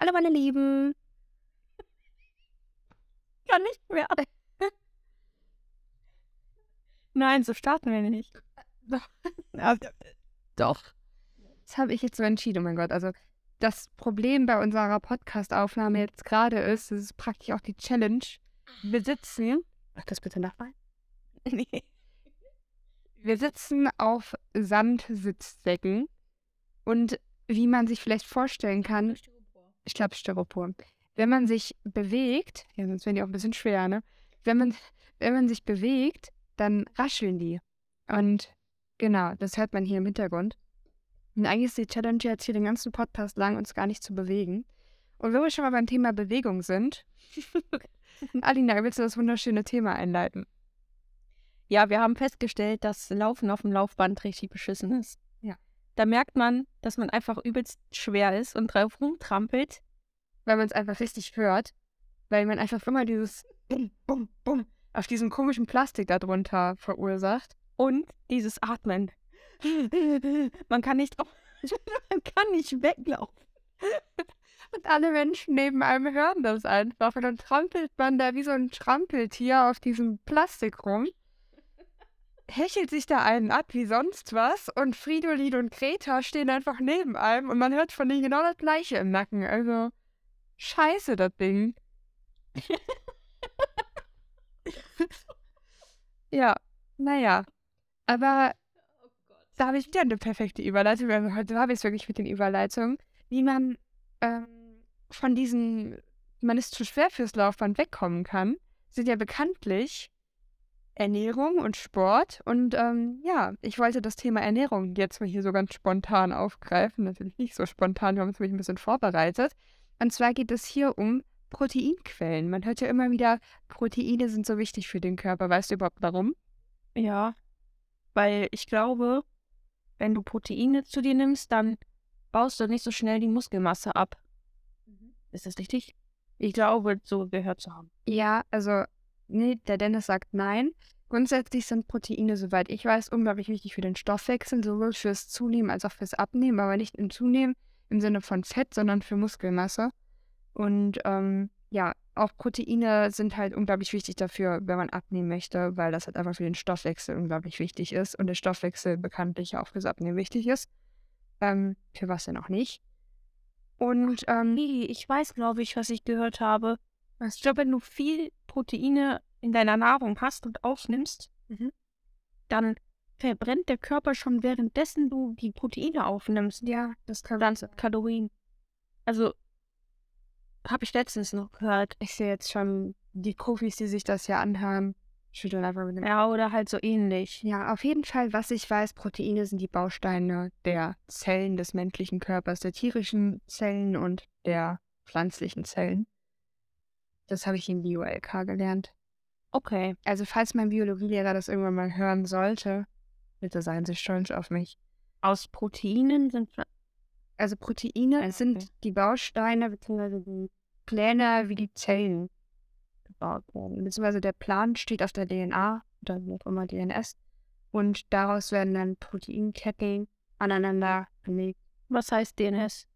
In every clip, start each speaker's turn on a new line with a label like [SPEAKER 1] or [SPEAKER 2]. [SPEAKER 1] Hallo meine Lieben. Kann nicht mehr.
[SPEAKER 2] Nein, so starten wir nicht.
[SPEAKER 1] Doch. Äh, Das habe ich jetzt so entschieden, oh mein Gott. Also das Problem bei unserer Podcast-Aufnahme jetzt gerade ist, das ist praktisch auch die Challenge. Wir sitzen. Mach das bitte nochmal.
[SPEAKER 2] Nee.
[SPEAKER 1] Wir sitzen auf Sandsitzdecken und wie man sich vielleicht vorstellen kann, ich glaube Styropor, wenn man sich bewegt, ja, sonst werden die auch ein bisschen schwer, ne? Wenn man, wenn man sich bewegt, dann rascheln die. Und genau, das hört man hier im Hintergrund. Und eigentlich ist die Challenge jetzt hier den ganzen Podcast lang, uns gar nicht zu bewegen. Und wenn wir schon mal beim Thema Bewegung sind, Alina, willst du das wunderschöne Thema einleiten?
[SPEAKER 2] Ja, wir haben festgestellt, dass Laufen auf dem Laufband richtig beschissen ist.
[SPEAKER 1] Ja.
[SPEAKER 2] Da merkt man, dass man einfach übelst schwer ist und drauf rumtrampelt.
[SPEAKER 1] Weil man es einfach richtig hört, weil man einfach immer dieses Bum, Bum, Bum auf diesem komischen Plastik darunter verursacht.
[SPEAKER 2] Und dieses Atmen. man kann nicht auf man kann nicht weglaufen.
[SPEAKER 1] Und alle Menschen neben einem hören das einfach. Und dann trampelt man da wie so ein Trampeltier auf diesem Plastik rum, hechelt sich da einen ab wie sonst was und Fridolin und Greta stehen einfach neben einem und man hört von denen genau das Gleiche im Nacken. Also, scheiße, das Ding. ja, naja. Aber da habe ich wieder eine perfekte Überleitung. Also heute habe ich es wirklich mit den Überleitungen. Wie man ähm, von diesen, man ist zu schwer fürs Laufband wegkommen kann, sind ja bekanntlich Ernährung und Sport. Und ähm, ja, ich wollte das Thema Ernährung jetzt mal hier so ganz spontan aufgreifen. Natürlich nicht so spontan, wir haben es nämlich ein bisschen vorbereitet. Und zwar geht es hier um Proteinquellen. Man hört ja immer wieder, Proteine sind so wichtig für den Körper. Weißt du überhaupt warum?
[SPEAKER 2] Ja. Weil ich glaube, wenn du Proteine zu dir nimmst, dann baust du nicht so schnell die Muskelmasse ab. Ist das richtig? Ich glaube, so gehört zu haben.
[SPEAKER 1] Ja, also, nee, der Dennis sagt nein. Grundsätzlich sind Proteine, soweit ich weiß, unglaublich wichtig für den Stoffwechsel, sowohl fürs Zunehmen als auch fürs Abnehmen, aber nicht im Zunehmen im Sinne von Fett, sondern für Muskelmasse. Und ähm, ja, auch Proteine sind halt unglaublich wichtig dafür, wenn man abnehmen möchte, weil das halt einfach für den Stoffwechsel unglaublich wichtig ist und der Stoffwechsel bekanntlich auch fürs Abnehmen wichtig ist. Ähm, für was denn auch nicht? Und ähm,
[SPEAKER 2] Nee, ich weiß, glaube ich, was ich gehört habe. Ich glaube, wenn du viel Proteine in deiner Nahrung hast und aufnimmst,
[SPEAKER 1] Mhm.
[SPEAKER 2] dann verbrennt der Körper schon währenddessen du die Proteine aufnimmst.
[SPEAKER 1] ja, das kann
[SPEAKER 2] Dann Kalorien. Also, habe ich letztens noch gehört.
[SPEAKER 1] Ich sehe jetzt schon die Profis, die sich das hier anhören, schütteln einfach mit dem
[SPEAKER 2] Ja, oder halt so ähnlich.
[SPEAKER 1] Ja, auf jeden Fall, was ich weiß, Proteine sind die Bausteine der Zellen des menschlichen Körpers, der tierischen Zellen und der pflanzlichen Zellen. Das habe ich im Bio-LK gelernt.
[SPEAKER 2] Okay.
[SPEAKER 1] Also, falls mein Biologielehrer das irgendwann mal hören sollte, bitte seien Sie stolz auf mich.
[SPEAKER 2] Aus Proteinen sind
[SPEAKER 1] Also, Proteine
[SPEAKER 2] Ah, okay.
[SPEAKER 1] sind die Bausteine bzw. die Pläne, wie die Zellen gebaut werden. Beziehungsweise der Plan steht auf der DNA oder wie auch immer DNS. Und daraus werden dann Proteinketten aneinander gelegt.
[SPEAKER 2] Was heißt DNS?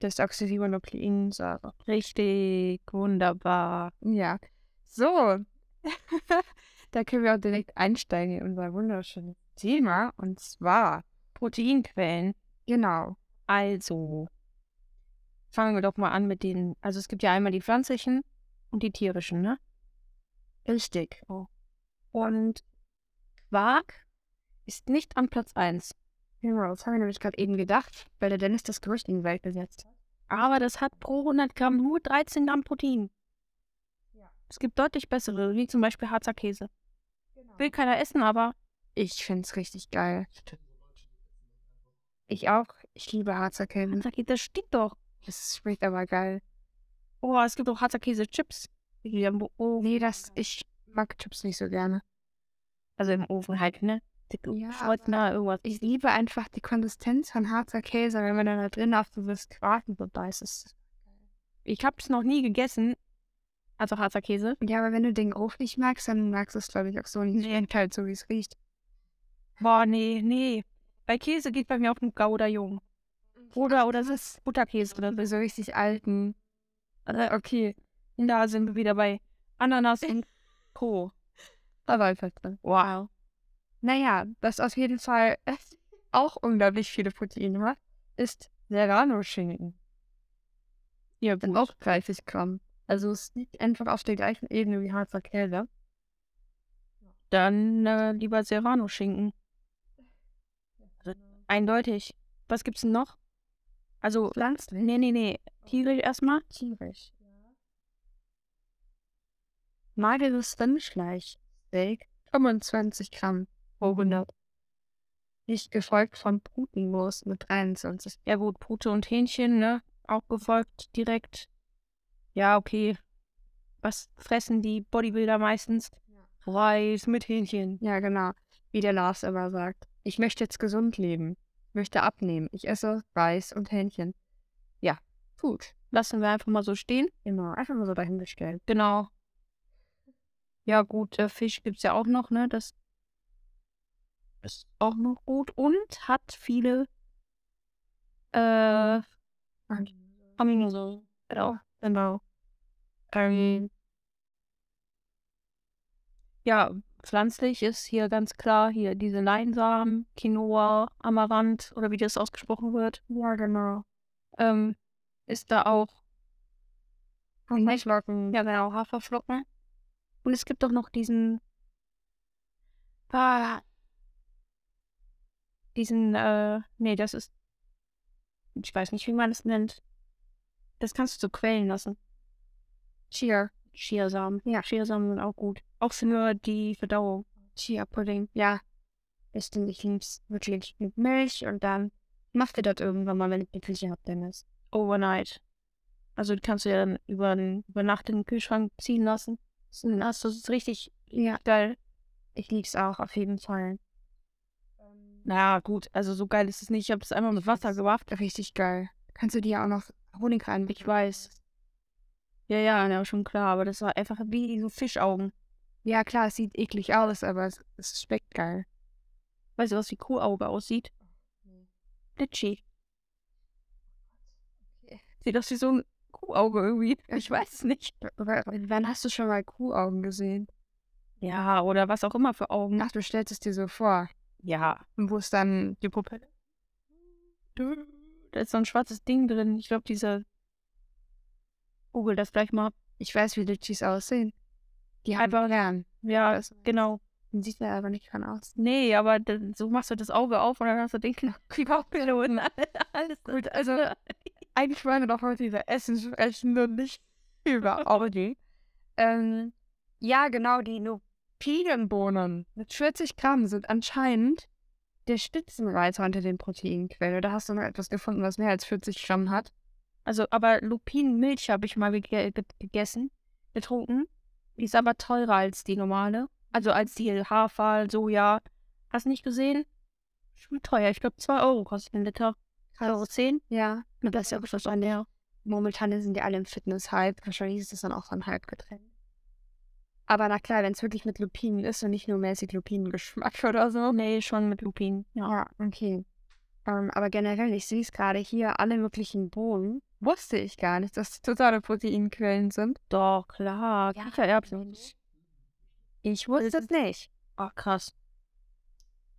[SPEAKER 1] Das Oxyribonukleinsäure.
[SPEAKER 2] Richtig, wunderbar.
[SPEAKER 1] Ja. So. da können wir auch direkt einsteigen in unser wunderschönes Thema. Und zwar,
[SPEAKER 2] Proteinquellen.
[SPEAKER 1] genau.
[SPEAKER 2] Also, fangen wir doch mal an mit den. Also, es gibt ja einmal die pflanzlichen und die tierischen, ne? Oh.
[SPEAKER 1] Richtig.
[SPEAKER 2] Und Quark ist nicht an Platz 1.
[SPEAKER 1] Genau, das haben wir nämlich gerade eben gedacht, weil der Dennis das Gerücht in die Welt gesetzt hat.
[SPEAKER 2] Aber das hat pro 100 Gramm nur 13 Gramm Protein. Es gibt deutlich bessere, wie zum Beispiel Harzer Käse. Will keiner essen, aber
[SPEAKER 1] Ich find's richtig geil. Ich auch. Ich liebe Harzer Käse.
[SPEAKER 2] Harzer Käse stinkt doch.
[SPEAKER 1] Das schmeckt aber geil.
[SPEAKER 2] Oh, es gibt auch Harzer Käse Chips. Die im O- Ofen,
[SPEAKER 1] Nee, das, ich mag Chips nicht so gerne.
[SPEAKER 2] also im Ofen halt, ne?
[SPEAKER 1] Ja,
[SPEAKER 2] Ja, Schreutner, irgendwas.
[SPEAKER 1] Ich liebe einfach die Konsistenz von Harzer Käse, wenn man dann da drin auf dieses Quarken so beißt. Das ist
[SPEAKER 2] Ich hab's noch nie gegessen. Also Harzer Käse.
[SPEAKER 1] Ja, aber wenn du den Geruch nicht magst, dann magst du es, glaube ich, auch so nicht.
[SPEAKER 2] Nee.
[SPEAKER 1] Nee. Halt so, wie es riecht.
[SPEAKER 2] Boah, nee, nee. Bei Käse geht bei mir auf den Gouda Jung. Oder, oder das ist Butterkäse oder
[SPEAKER 1] so richtig alten.
[SPEAKER 2] so. Äh, Okay. Da sind wir wieder bei Ananas und Co.
[SPEAKER 1] Aber einfach drin.
[SPEAKER 2] Wow.
[SPEAKER 1] Naja, was auf jeden Fall auch unglaublich viele Proteine hat, ist Serrano-Schinken.
[SPEAKER 2] Ja,
[SPEAKER 1] Sind
[SPEAKER 2] gut.
[SPEAKER 1] auch 30 Gramm. Also es liegt einfach auf der gleichen Ebene wie Harzer Käse.
[SPEAKER 2] Dann äh, lieber Serrano-Schinken. Also, Eindeutig. Was gibt's denn noch? Also,
[SPEAKER 1] Pflanzen.
[SPEAKER 2] nee, nee, nee. Tiere erstmal.
[SPEAKER 1] Tierisch. Mageres Rindfleisch. Steak. 25 Gramm pro 100. Nicht gefolgt von Putenwurst mit 23.
[SPEAKER 2] Ja, gut, Pute und Hähnchen, ne? Auch gefolgt direkt. Ja, okay. Was fressen die Bodybuilder meistens? Reis mit Hähnchen.
[SPEAKER 1] Ja, genau. Wie der Lars immer sagt. Ich möchte jetzt gesund leben. Ich möchte abnehmen. Ich esse Reis und Hähnchen. Ja, gut.
[SPEAKER 2] Lassen wir einfach mal so stehen.
[SPEAKER 1] Genau. Einfach mal so dahingestellt.
[SPEAKER 2] Genau. Ja, gut, äh, Fisch gibt's ja auch noch, ne? Das ist auch noch gut und hat viele äh, Aminosäuren. Genau. genau. Ähm, ja, pflanzlich ist hier ganz klar hier diese Leinsamen, Quinoa, Amaranth oder wie das ausgesprochen wird.
[SPEAKER 1] Ja, genau.
[SPEAKER 2] Ähm, ist da auch
[SPEAKER 1] Und Maischlocken.
[SPEAKER 2] ja, genau, Haferflocken. Und es gibt auch noch diesen. Ah, diesen, äh, nee, das ist. Ich weiß nicht, wie man das nennt. Das kannst du so quellen lassen.
[SPEAKER 1] Chia.
[SPEAKER 2] Chiasamen.
[SPEAKER 1] Ja.
[SPEAKER 2] Chiasamen sind auch gut. Auch für die Verdauung.
[SPEAKER 1] Chia-Pudding. Ja. Ich denke, ich lieb's wirklich mit Milch und dann macht ihr das irgendwann mal, wenn ihr die Küche habt, Dennis.
[SPEAKER 2] Overnight. Also die kannst du ja dann über, über Nacht in den Kühlschrank ziehen lassen. Dann hast du es richtig
[SPEAKER 1] Ja.
[SPEAKER 2] geil.
[SPEAKER 1] Ich lieb's auch, auf jeden Fall.
[SPEAKER 2] Na gut, also so geil ist es nicht. Ich habe es einmal mit Wasser gemacht.
[SPEAKER 1] Richtig geil. Kannst du dir auch noch Honig rein?
[SPEAKER 2] Ich weiß. Ja, ja, ja, schon klar, aber das war einfach wie so Fischaugen.
[SPEAKER 1] Ja, klar, es sieht eklig aus, aber es, es schmeckt geil.
[SPEAKER 2] Weißt du, was wie Kuhauge aussieht? Glitchy.
[SPEAKER 1] Okay.
[SPEAKER 2] Sieht aus wie so ein Kuhauge irgendwie. Ich weiß es nicht.
[SPEAKER 1] W- w- Wann hast du schon mal Kuhaugen gesehen?
[SPEAKER 2] Ja, oder was auch immer für Augen.
[SPEAKER 1] Ach, du stellst es dir so vor.
[SPEAKER 2] Ja.
[SPEAKER 1] Und wo es dann.
[SPEAKER 2] Die Pupille. Da ist so ein schwarzes Ding drin. Ich glaube, dieser. Google das gleich mal.
[SPEAKER 1] Ich weiß, wie Litchis aussehen. Die haben
[SPEAKER 2] Einfach-
[SPEAKER 1] Lern.
[SPEAKER 2] Ja,
[SPEAKER 1] Das-
[SPEAKER 2] genau.
[SPEAKER 1] Man sieht da aber nicht von aus.
[SPEAKER 2] Nee, aber dann, so machst du das Auge auf und dann hast du den Kuhauge und alles.
[SPEAKER 1] Gut, also eigentlich wollen wir doch heute über Essen sprechen und nicht über Audi. ähm, ja, genau, die Nupidenbohnen mit 40 Gramm sind anscheinend der Spitzenreiter unter den Proteinquellen. Da hast du noch etwas gefunden, was mehr als 40 Gramm hat.
[SPEAKER 2] Also, aber Lupinenmilch habe ich mal gege ge- gegessen, getrunken. Die ist aber teurer als die normale. Also als die Hafer, Soja. Hast nicht gesehen? Schon teuer. Ich glaube, 2 Euro kostet ein Liter. 2,10 Euro. zehn.
[SPEAKER 1] Ja,
[SPEAKER 2] Und das ist ja auch was anderes.
[SPEAKER 1] momentan sind die alle im Fitness-Hype. Wahrscheinlich ist das dann auch von Hype getrennt. Aber na klar, wenn es wirklich mit Lupinen ist und nicht nur mäßig Lupinengeschmack oder so.
[SPEAKER 2] Nee, schon mit Lupinen. Ja.
[SPEAKER 1] Ja, okay. Ähm, aber generell, ich sehe es gerade hier, alle möglichen Bohnen. Wusste ich gar nicht, dass die totale Proteinquellen sind.
[SPEAKER 2] Doch, klar.
[SPEAKER 1] Ja,
[SPEAKER 2] Kichererbsen.
[SPEAKER 1] Mensch. Ich wusste
[SPEAKER 2] Also
[SPEAKER 1] es nicht.
[SPEAKER 2] Ach, Oh, krass.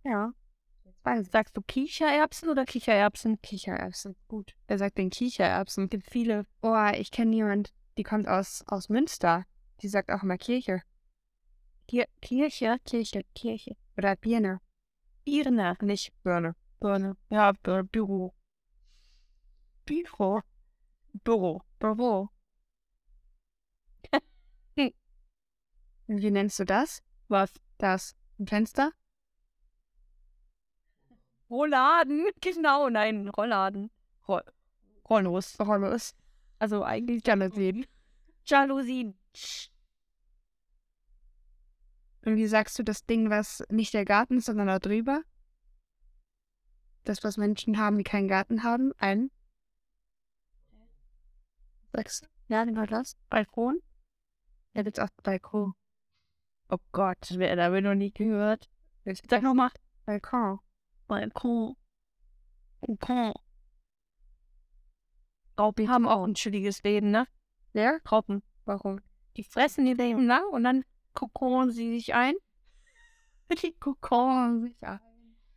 [SPEAKER 1] Ja. Jetzt weiß ich.
[SPEAKER 2] Sagst du Kichererbsen oder Kichererbsen?
[SPEAKER 1] Kichererbsen. Gut. Wer sagt denn Kichererbsen?
[SPEAKER 2] Gibt viele.
[SPEAKER 1] Oh, ich kenne jemand, die kommt aus, aus Münster. Die sagt auch immer Kirche.
[SPEAKER 2] Ki Kirche, Kirche, Kirche.
[SPEAKER 1] Oder Birne.
[SPEAKER 2] Birne.
[SPEAKER 1] Nicht Birne.
[SPEAKER 2] Birne. Ja, Bü- Büro. Büro. Büro.
[SPEAKER 1] Bravo. Hm. Wie nennst du das?
[SPEAKER 2] Was?
[SPEAKER 1] Das ein Fenster?
[SPEAKER 2] Rolladen, genau, nein, Rollladen. Roll Rollos.
[SPEAKER 1] Räume ist.
[SPEAKER 2] Also eigentlich
[SPEAKER 1] Gerne sehen.
[SPEAKER 2] Jalousien.
[SPEAKER 1] Und wie sagst du das Ding, was nicht der Garten ist, sondern da drüber? Das, was Menschen haben, die keinen Garten haben? Ein? Sagst du? Ja, war das.
[SPEAKER 2] Balkon?
[SPEAKER 1] Ja, jetzt auch Balkon.
[SPEAKER 2] Oh Gott, wer da wird noch nie gehört.
[SPEAKER 1] Ich
[SPEAKER 2] Sag nochmal.
[SPEAKER 1] Balkon.
[SPEAKER 2] Balkon. Balkon. Raupen haben auch ein chilliges Leben, ne?
[SPEAKER 1] Ja?
[SPEAKER 2] Raupen.
[SPEAKER 1] Warum?
[SPEAKER 2] Die fressen die Leben lang und dann kokonen sie sich ein. Die kokonen sich ein.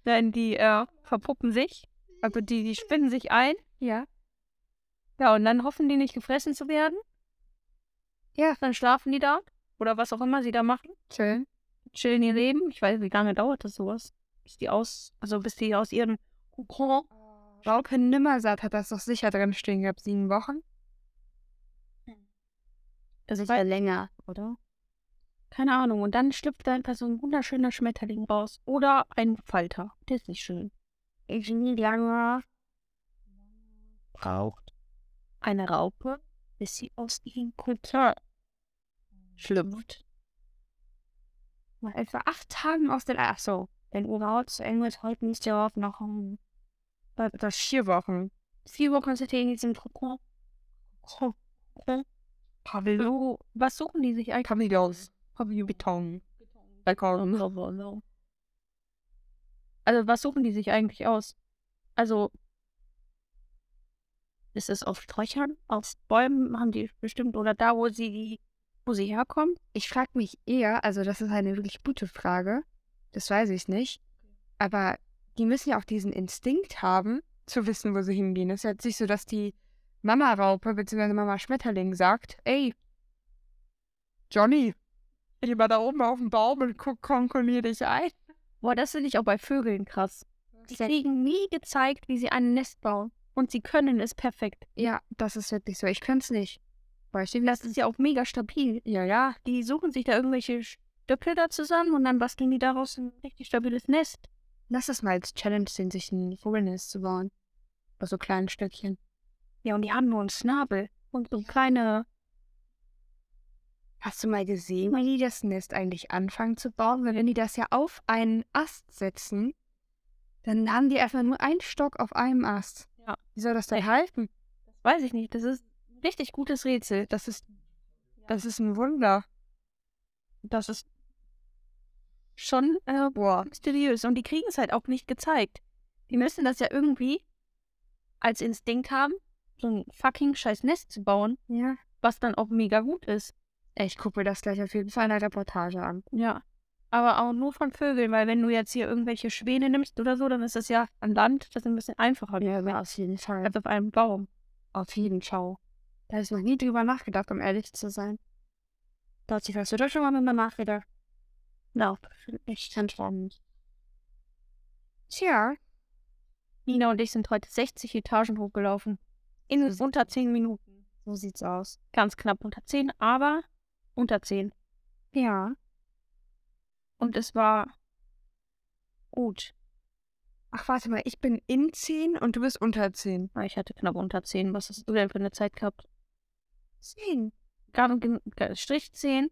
[SPEAKER 2] Denn die äh, verpuppen sich. Also die, die spinnen sich ein.
[SPEAKER 1] Ja.
[SPEAKER 2] Ja, und dann hoffen die nicht gefressen zu werden.
[SPEAKER 1] Ja.
[SPEAKER 2] Dann schlafen die da. Oder was auch immer sie da machen.
[SPEAKER 1] Schön.
[SPEAKER 2] Chillen ihr Leben. Ich weiß, wie lange dauert das sowas? Bis die aus, also bis die aus ihren Kokon Oh,
[SPEAKER 1] Raupe Nimmersatt hat das doch sicher drin stehen gehabt, sieben Wochen.
[SPEAKER 2] Das ist
[SPEAKER 1] Weil-
[SPEAKER 2] Hm. länger, oder? Keine Ahnung. Und dann schlüpft da einfach so ein wunderschöner Schmetterling raus. Oder ein Falter. Der ist nicht schön. Ich nie lange. Braucht. Eine Raupe, bis sie aus ihrem Kutter schlüpft. Nach etwa acht Tagen aus den... Ach so. Wenn Urlaub zu Ende ist, heute ist der Raupe noch... um, äh, Das vier Wochen. Vier Wochen sind die in diesem Kokon. Kokon. Hallo, was suchen die sich eigentlich?
[SPEAKER 1] Pavillons. Pavillon. Beton. Balkon.
[SPEAKER 2] Also, was suchen die sich eigentlich aus? Also, ist es auf Sträuchern, auf Bäumen haben die bestimmt oder da, wo sie die, wo sie herkommen?
[SPEAKER 1] Ich frage mich eher, also das ist eine wirklich gute Frage, das weiß ich nicht, aber die müssen ja auch diesen Instinkt haben, zu wissen, wo sie hingehen. Es ist jetzt nicht so, dass die Mama-Raupe bzw. Mama-Schmetterling sagt, ey, Johnny, geh mal da oben auf den Baum und guck, konkurrier dich ein.
[SPEAKER 2] Boah, das finde ich auch bei Vögeln krass. Die
[SPEAKER 1] Ja,
[SPEAKER 2] kriegen nie gezeigt, wie sie ein Nest bauen. Und sie können es perfekt.
[SPEAKER 1] Ja, das ist wirklich so. Ich könnte es nicht. Beispiel,
[SPEAKER 2] Das ist ja auch mega stabil.
[SPEAKER 1] ja, ja,
[SPEAKER 2] Die suchen sich da irgendwelche Stöcke da zusammen und dann basteln die daraus ein richtig stabiles Nest.
[SPEAKER 1] lass das mal als Challenge sehen, sich ein Vogelnest zu bauen. Aus so kleinen Stöckchen.
[SPEAKER 2] Ja, und die haben nur einen Schnabel und so kleine.
[SPEAKER 1] Hast du mal gesehen, wie die das Nest eigentlich anfangen zu bauen? Weil wenn die das ja auf einen Ast setzen, dann haben die einfach nur einen Stock auf einem Ast.
[SPEAKER 2] Ja.
[SPEAKER 1] Wie soll das denn halten?
[SPEAKER 2] Das weiß ich nicht. Das ist ein richtig gutes Rätsel.
[SPEAKER 1] Das ist, das ist ein Wunder.
[SPEAKER 2] Das ist schon äh,
[SPEAKER 1] Boah.
[SPEAKER 2] mysteriös. Und die kriegen es halt auch nicht gezeigt. Die müssen das ja irgendwie als Instinkt haben, so ein fucking scheiß Nest zu bauen,
[SPEAKER 1] Ja.
[SPEAKER 2] was dann auch mega gut ist.
[SPEAKER 1] Ey, Ich gucke mir das gleich auf jeden Fall in der Reportage an.
[SPEAKER 2] Ja. Aber auch nur von Vögeln, weil wenn du jetzt hier irgendwelche Schwäne nimmst oder so, dann ist das ja an Land, das ist ein bisschen einfacher
[SPEAKER 1] auf jeden Fall.
[SPEAKER 2] als auf einem Baum.
[SPEAKER 1] Auf jeden Fall. Da habe ich noch nie drüber nachgedacht, um ehrlich zu sein. Dottie, hast du da schon mal drüber nachgedacht?
[SPEAKER 2] Na,
[SPEAKER 1] Ich kann schon nicht. Tja.
[SPEAKER 2] Nina und ich sind heute 60 Etagen hochgelaufen. In unter 10 Minuten.
[SPEAKER 1] So sieht's aus.
[SPEAKER 2] Ganz knapp unter 10, aber unter 10.
[SPEAKER 1] Ja.
[SPEAKER 2] Und es war gut.
[SPEAKER 1] Ach, warte mal, ich bin in 10 und du bist unter 10.
[SPEAKER 2] Aber Ich hatte knapp unter 10. Was hast du denn für eine Zeit gehabt?
[SPEAKER 1] 10?
[SPEAKER 2] Gar, gar, Strich 10?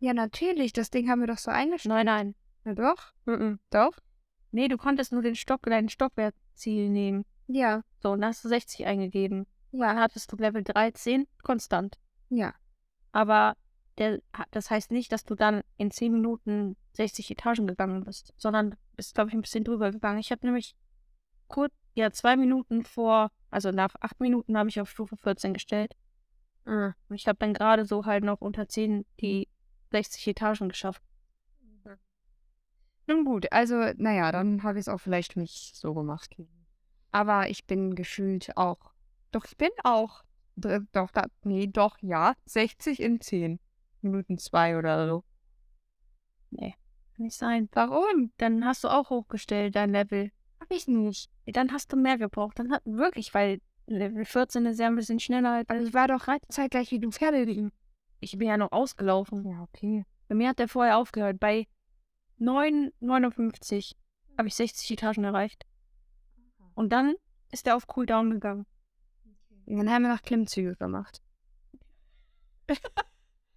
[SPEAKER 1] Ja, natürlich, das Ding haben wir doch so eingeschnitten.
[SPEAKER 2] Nein, nein. Mm,
[SPEAKER 1] Na doch. Doch?
[SPEAKER 2] Nee, du konntest nur den Stock, dein Stockwertziel nehmen.
[SPEAKER 1] Ja.
[SPEAKER 2] So, und dann hast du 60 eingegeben. Dann
[SPEAKER 1] Ja.
[SPEAKER 2] hattest du Level 13 konstant.
[SPEAKER 1] Ja.
[SPEAKER 2] Aber der, das heißt nicht, dass du dann in 10 Minuten 60 Etagen gegangen bist, sondern bist, glaube ich, ein bisschen drüber gegangen. Ich habe nämlich kurz, ja, zwei Minuten vor, also nach acht Minuten habe ich auf Stufe 14 gestellt. Und ich habe dann gerade so halt noch unter 10 die 60 Etagen geschafft.
[SPEAKER 1] Mhm. Nun gut, also, naja, dann habe ich es auch vielleicht nicht so gemacht. Aber ich bin gefühlt auch. Doch, ich bin auch. d- Doch, da, nee, doch, ja. 60 in 10. Minuten 2 oder so.
[SPEAKER 2] Kann nicht sein.
[SPEAKER 1] Warum?
[SPEAKER 2] Dann hast du auch hochgestellt, dein Level.
[SPEAKER 1] Hab ich nicht.
[SPEAKER 2] Dann hast du mehr gebraucht. Dann hat wirklich, weil Level 14 ist ja ein bisschen schneller.
[SPEAKER 1] Also,
[SPEAKER 2] Als
[SPEAKER 1] ich war doch zeitgleich wie du Pferde liegen.
[SPEAKER 2] ich bin ja noch ausgelaufen.
[SPEAKER 1] Ja, okay.
[SPEAKER 2] Bei mir hat der vorher aufgehört. Bei 9,59 habe ich 60 Etagen erreicht. Und dann ist er auf Cooldown gegangen.
[SPEAKER 1] Und dann haben wir noch Klimmzüge gemacht.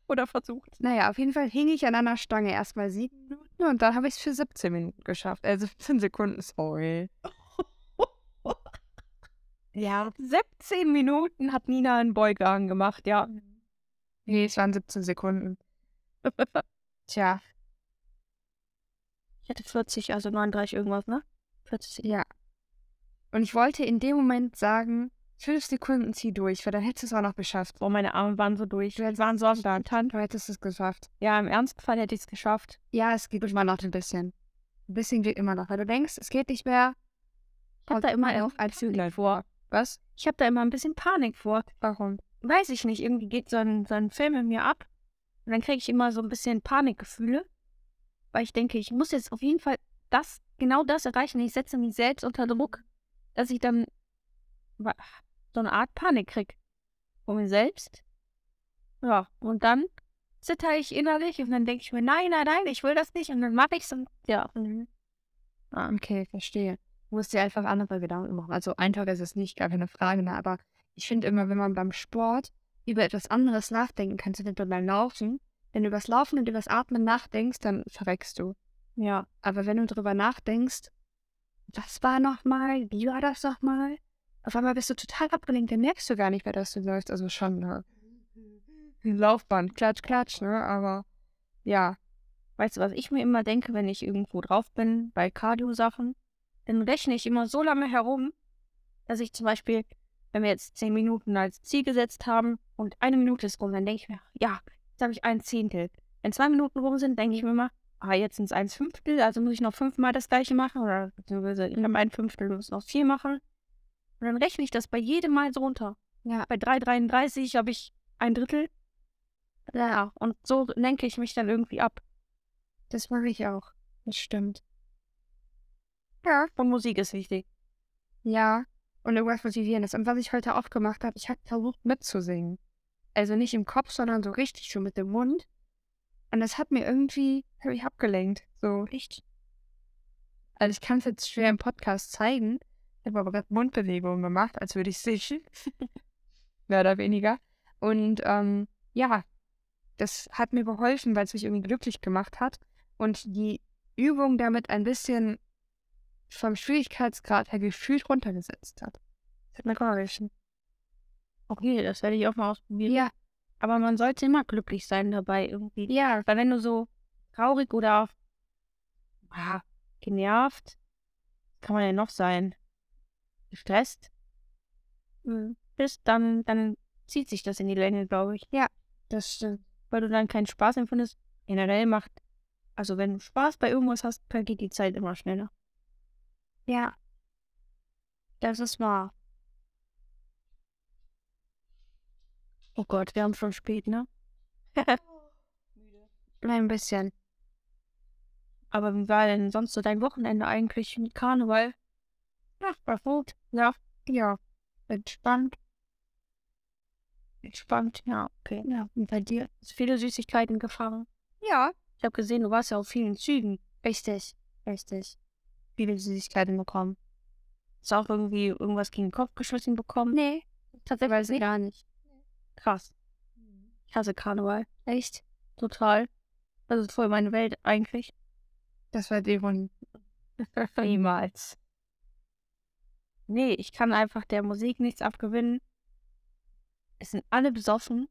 [SPEAKER 2] Oder versucht.
[SPEAKER 1] Naja, auf jeden Fall hing ich an einer Stange erstmal sieben Minuten und dann habe ich es für 17 Minuten geschafft. Also 17 Sekunden, sorry.
[SPEAKER 2] Ja. 17 Minuten hat Nina einen Beugang gemacht, ja.
[SPEAKER 1] Mhm. Nee, es waren 17 Sekunden. Tja,
[SPEAKER 2] Ich hatte 40, also 39 irgendwas, ne? 40.
[SPEAKER 1] ja. Und ich wollte in dem Moment sagen, Fünf Sekunden zieh durch, weil dann hättest du es auch noch geschafft.
[SPEAKER 2] Boah, meine Arme waren so durch. Die waren so am Stand.
[SPEAKER 1] Du hättest es geschafft.
[SPEAKER 2] Ja, im Ernstfall hätte ich es geschafft.
[SPEAKER 1] Ja, es geht immer noch ein bisschen. Ein bisschen geht immer noch. Weil du denkst, es geht nicht mehr.
[SPEAKER 2] Ich habe da immer
[SPEAKER 1] auch
[SPEAKER 2] ein
[SPEAKER 1] als
[SPEAKER 2] bisschen vor.
[SPEAKER 1] Was?
[SPEAKER 2] Ich habe da immer ein bisschen Panik vor.
[SPEAKER 1] Warum?
[SPEAKER 2] Weiß ich nicht, irgendwie geht so ein, so ein Film in mir ab. Und dann kriege ich immer so ein bisschen Panikgefühle. Weil ich denke, ich muss jetzt auf jeden Fall das, genau das erreichen. Ich setze mich selbst unter Druck, dass ich dann wa- so eine Art Panik kriege. Von mir selbst. Ja, und dann zitter ich innerlich und dann denke ich mir, nein, nein, nein, ich will das nicht. Und dann mache ich es und ja. Und, ah,
[SPEAKER 1] Okay, verstehe. Du musst dir einfach andere Gedanken machen. Also einfach ist es nicht, gar keine Frage, ne? aber ich finde immer, wenn man beim Sport über etwas anderes nachdenken kann, zum Beispiel beim Laufen, wenn du über das Laufen und über das Atmen nachdenkst, dann verreckst du.
[SPEAKER 2] ja.
[SPEAKER 1] Aber wenn du drüber nachdenkst, was war nochmal, wie war das nochmal, auf einmal bist du total abgelenkt, dann merkst du gar nicht mehr, dass du läufst. Also schon, ne? Laufband, klatsch, klatsch, ne? Aber ja,
[SPEAKER 2] Weißt du, was ich mir immer denke, wenn ich irgendwo drauf bin, bei Cardio-Sachen? Dann rechne ich immer so lange herum, dass ich zum Beispiel, wenn wir jetzt 10 Minuten als Ziel gesetzt haben und eine Minute ist rum, dann denke ich mir, ja, jetzt habe ich ein Zehntel. Wenn zwei Minuten rum sind, denke ich mir immer, ah, jetzt sind es ein Fünftel, also muss ich noch fünfmal das gleiche machen oder beziehungsweise ich habe ein Fünftel, muss noch vier machen. Und dann rechne ich das bei jedem Mal so runter.
[SPEAKER 1] Ja.
[SPEAKER 2] Bei 3,33 habe ich ein Drittel. Ja, und so lenke ich mich dann irgendwie ab.
[SPEAKER 1] das mache ich auch. Das stimmt. Ja,
[SPEAKER 2] Und Musik ist wichtig.
[SPEAKER 1] Ja, und irgendwas Motivierendes. Und was ich heute auch gemacht habe, ich habe versucht mitzusingen. Also nicht im Kopf, sondern so richtig, so mit dem Mund. Und das hat mir irgendwie, habe ich abgelenkt. So. Echt? Also ich kann es jetzt schwer im Podcast zeigen. Ich habe aber gerade Mundbewegungen gemacht, als würde ich singen. Mehr oder weniger. Und ähm, ja, das hat mir geholfen, weil es mich irgendwie glücklich gemacht hat. Und die Übung damit ein bisschen vom Schwierigkeitsgrad her gefühlt runtergesetzt hat. Das hat mir geholfen.
[SPEAKER 2] Okay, das werde ich auch mal ausprobieren.
[SPEAKER 1] Ja,
[SPEAKER 2] Aber man sollte immer glücklich sein dabei irgendwie.
[SPEAKER 1] ja,
[SPEAKER 2] Weil wenn du so traurig oder ah, genervt, kann man ja noch sein, gestresst bist, dann, dann zieht sich das in die Länge, glaube ich.
[SPEAKER 1] das stimmt.
[SPEAKER 2] Weil du dann keinen Spaß empfindest. Generell macht, also wenn du Spaß bei irgendwas hast, dann geht die Zeit immer schneller.
[SPEAKER 1] Ja. Das ist wahr.
[SPEAKER 2] Oh Gott, wir haben schon spät, ne?
[SPEAKER 1] Ein bisschen.
[SPEAKER 2] Aber wie war denn sonst so dein Wochenende eigentlich mit Karneval? Ja, war gut. Ja,
[SPEAKER 1] Ja.
[SPEAKER 2] entspannt. Entspannt, ja, okay.
[SPEAKER 1] Ja, und bei dir?
[SPEAKER 2] Hast viele Süßigkeiten gefangen.
[SPEAKER 1] Ja.
[SPEAKER 2] Ich habe gesehen, du warst ja auf vielen Zügen.
[SPEAKER 1] Richtig, richtig. Viele Süßigkeiten bekommen.
[SPEAKER 2] Hast auch irgendwie irgendwas gegen den Kopf geschmissen bekommen?
[SPEAKER 1] Nee, tatsächlich weiß ich gar nicht. Mhm.
[SPEAKER 2] Krass. Ich hasse Karneval.
[SPEAKER 1] Echt?
[SPEAKER 2] Total. Das ist voll meine Welt eigentlich.
[SPEAKER 1] Das war die Runde.
[SPEAKER 2] Niemals. Nee, ich kann einfach der Musik nichts abgewinnen. Es sind alle besoffen.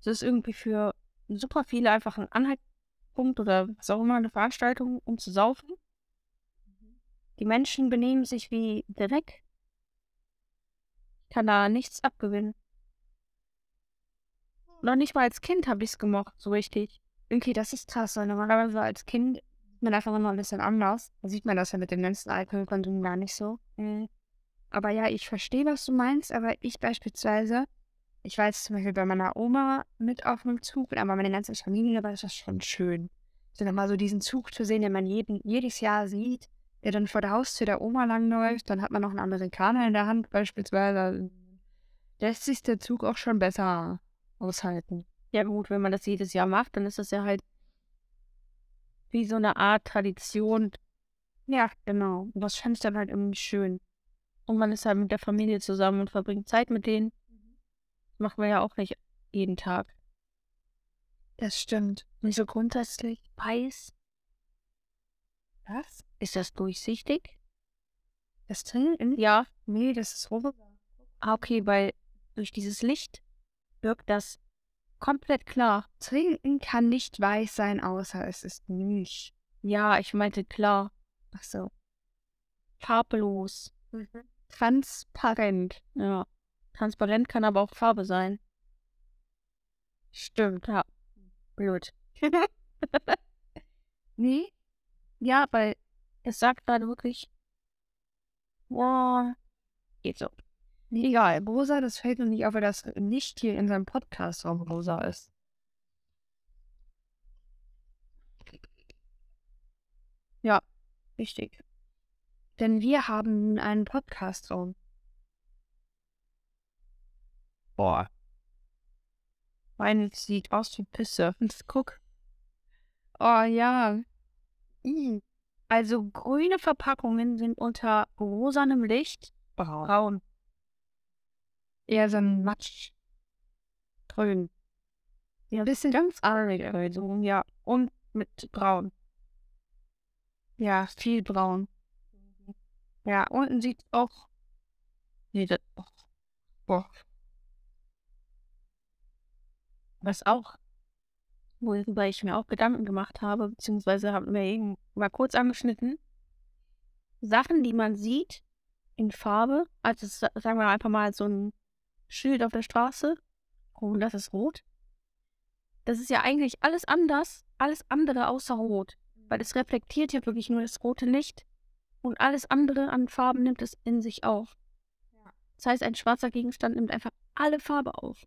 [SPEAKER 2] Es ist irgendwie für super viele einfach ein Anhaltspunkt oder was auch immer eine Veranstaltung, um zu saufen. Die Menschen benehmen sich wie Dreck. Ich kann da nichts abgewinnen. Noch nicht mal als Kind habe ich es gemocht, so richtig.
[SPEAKER 1] Okay, das ist krass, weil normalerweise als Kind ist man einfach immer ein bisschen anders. Da sieht man das ja mit dem ganzen Alkoholkonsum gar nicht so. Mhm. Aber ja, ich verstehe, was du meinst, aber ich beispielsweise, ich war jetzt zum Beispiel bei meiner Oma mit auf einem Zug, aber meine ganze Familie war das schon schön. So nochmal so diesen Zug zu sehen, den man jeden, jedes Jahr sieht, der dann vor der Haustür der Oma langläuft, dann hat man noch einen Amerikaner in der Hand beispielsweise. Also Lässt sich der Zug auch schon besser aushalten.
[SPEAKER 2] Ja gut, wenn man das jedes Jahr macht, dann ist das ja halt wie so eine Art Tradition
[SPEAKER 1] Ja, genau. Und das fand ich dann halt irgendwie schön.
[SPEAKER 2] und man ist halt mit der Familie zusammen und verbringt Zeit mit denen. Das macht man ja auch nicht jeden Tag.
[SPEAKER 1] Das stimmt.
[SPEAKER 2] Und so grundsätzlich weiß,
[SPEAKER 1] Was?
[SPEAKER 2] ist das durchsichtig?
[SPEAKER 1] Das Trinken?
[SPEAKER 2] Ja,
[SPEAKER 1] Nee, das ist rosa.
[SPEAKER 2] ah, okay, weil durch dieses Licht wirkt das komplett klar.
[SPEAKER 1] Trinken kann nicht weiß sein, außer es ist Milch.
[SPEAKER 2] Ja, ich meinte klar,
[SPEAKER 1] Ach so.
[SPEAKER 2] farblos.
[SPEAKER 1] Mhm. transparent.
[SPEAKER 2] Ja. Transparent kann aber auch Farbe sein. Stimmt, ja. Blöd.
[SPEAKER 1] Nee?
[SPEAKER 2] Ja, weil es sagt gerade wirklich. Boah. Geht so.
[SPEAKER 1] Egal, rosa, das fällt mir nicht auf, weil das nicht hier in seinem Podcast-Raum rosa ist.
[SPEAKER 2] Richtig.
[SPEAKER 1] Denn wir haben nun einen
[SPEAKER 2] um.
[SPEAKER 1] Podcast-Raum.
[SPEAKER 2] Boah. Meine sieht aus wie Pisse. Guck.
[SPEAKER 1] Oh ja.
[SPEAKER 2] I. Also grüne Verpackungen sind unter rosanem Licht
[SPEAKER 1] Braun.
[SPEAKER 2] braun,
[SPEAKER 1] Eher so ein Matsch.
[SPEAKER 2] grün.
[SPEAKER 1] Ein bisschen ganz
[SPEAKER 2] Ja,
[SPEAKER 1] arg.
[SPEAKER 2] Also, ja. Und mit braun.
[SPEAKER 1] Ja, viel braun.
[SPEAKER 2] Ja, unten sieht auch. Nee, das. Oh. Boah. Was auch, worüber ich mir auch Gedanken gemacht habe, beziehungsweise haben wir eben mal kurz angeschnitten. Sachen, die man sieht in Farbe, also sa- sagen wir einfach mal so ein Schild auf der Straße, oh, das ist rot. Das ist ja eigentlich alles anders, alles andere außer rot, weil es reflektiert ja wirklich nur das rote Licht und alles andere an Farben nimmt es in sich auf.
[SPEAKER 1] Ja.
[SPEAKER 2] Das heißt, ein schwarzer Gegenstand nimmt einfach alle Farbe auf.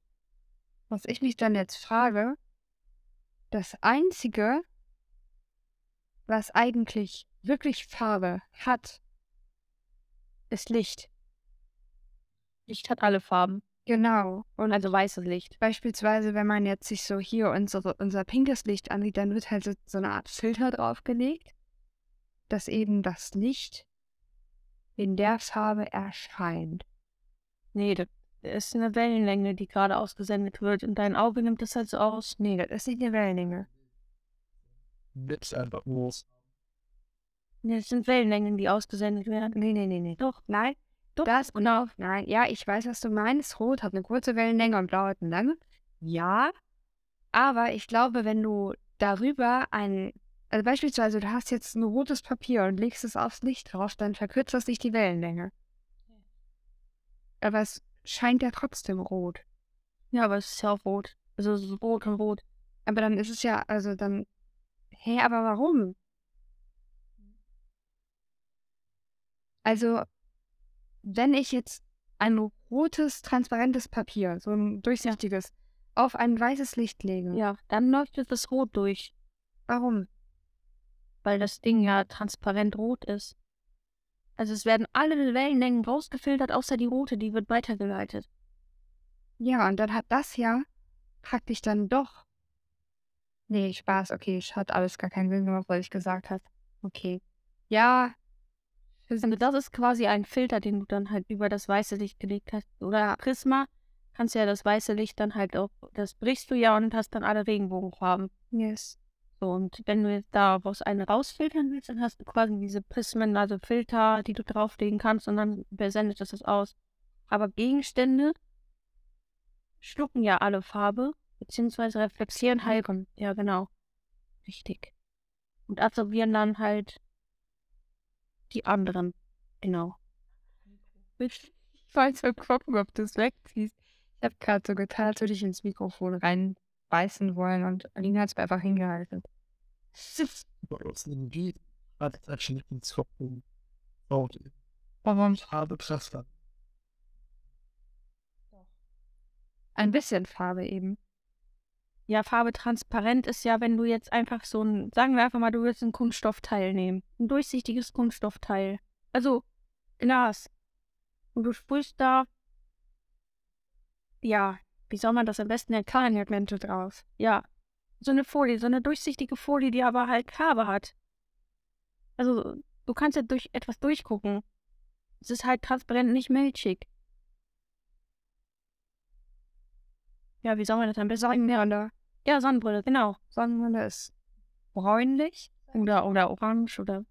[SPEAKER 1] Was ich mich dann jetzt frage, das Einzige, was eigentlich wirklich Farbe hat, ist Licht.
[SPEAKER 2] Licht hat alle Farben.
[SPEAKER 1] Genau.
[SPEAKER 2] Und also weißes Licht.
[SPEAKER 1] Beispielsweise, wenn man jetzt sich so hier unsere, unser pinkes Licht ansieht, dann wird halt so, so eine Art Filter draufgelegt, dass eben das Licht in der Farbe erscheint.
[SPEAKER 2] Nee, das ist eine Wellenlänge, die gerade ausgesendet wird. Und dein Auge nimmt das halt so aus.
[SPEAKER 1] Nee, das ist nicht eine Wellenlänge.
[SPEAKER 3] Nips einfach groß.
[SPEAKER 2] Nee, das sind Wellenlängen, die ausgesendet werden.
[SPEAKER 1] Nee, nee, nee, nee.
[SPEAKER 2] Doch.
[SPEAKER 1] Nein,
[SPEAKER 2] Doch.
[SPEAKER 1] das und auch, nein, ja, ich weiß, was du meinst. Rot hat eine kurze Wellenlänge und blau hat eine lange. Ja, aber ich glaube, wenn du darüber ein, also beispielsweise, du hast jetzt ein rotes Papier und legst es aufs Licht drauf, dann verkürzt das nicht die Wellenlänge. Aber es scheint ja trotzdem rot.
[SPEAKER 2] Ja, aber es ist ja auch rot. Also es ist rot und rot.
[SPEAKER 1] Aber dann ist es ja, also dann, hä, aber warum? Also, wenn ich jetzt ein rotes, transparentes Papier, so ein durchsichtiges, auf ein weißes Licht lege,
[SPEAKER 2] Ja, dann leuchtet das rot durch,
[SPEAKER 1] warum?
[SPEAKER 2] weil das Ding ja transparent rot ist. Also es werden alle Wellenlängen rausgefiltert, außer die rote, die wird weitergeleitet.
[SPEAKER 1] Ja, und dann hat das ja praktisch dann doch. Nee, Spaß, okay, hat alles gar keinen Sinn gemacht, was ich gesagt habe. Okay. Ja,
[SPEAKER 2] Also das ist quasi ein Filter, den du dann halt über das weiße Licht gelegt hast. Oder Prisma kannst du ja das weiße Licht dann halt auch, das brichst du ja und hast dann alle Regenbogenfarben.
[SPEAKER 1] yes.
[SPEAKER 2] So, und wenn du jetzt daraus eine rausfiltern willst, dann hast du quasi diese Prismen, also Filter, die du drauflegen kannst und dann sendet das das aus. Aber Gegenstände schlucken ja alle Farbe, beziehungsweise reflektieren halt. Ja, genau. Richtig. Und absorbieren dann halt die anderen. Genau.
[SPEAKER 1] Ich wollte gucken, ob du es wegziehst. Ich habe gerade so getan, als würde ich ins Mikrofon reinbeißen wollen und Alina hat es mir einfach hingehalten.
[SPEAKER 3] Bei uns in Wien hat es eigentlich nicht ins Kopfhörer. Oh, die
[SPEAKER 1] Warum?
[SPEAKER 3] Farbe Pflaster.
[SPEAKER 1] Ein bisschen Farbe eben.
[SPEAKER 2] Ja, Farbe transparent ist ja, wenn du jetzt einfach so ein, sagen wir einfach mal, du willst ein Kunststoffteil nehmen. Ein durchsichtiges Kunststoffteil. Also Glas. Und du sprühst da, ja, wie soll man das am besten erklären?
[SPEAKER 1] Pigmente drauf.
[SPEAKER 2] Ja, so eine Folie, so eine durchsichtige Folie, die aber halt Farbe hat. Also, du kannst ja durch etwas durchgucken. Es ist halt transparent, nicht milchig. Ja, wie soll man das am besten erklären?
[SPEAKER 1] Sonnenbrille.
[SPEAKER 2] Ja, Sonnenbrille, genau.
[SPEAKER 1] Sonnenbrille ist bräunlich.
[SPEAKER 2] Oder, oder orange oder.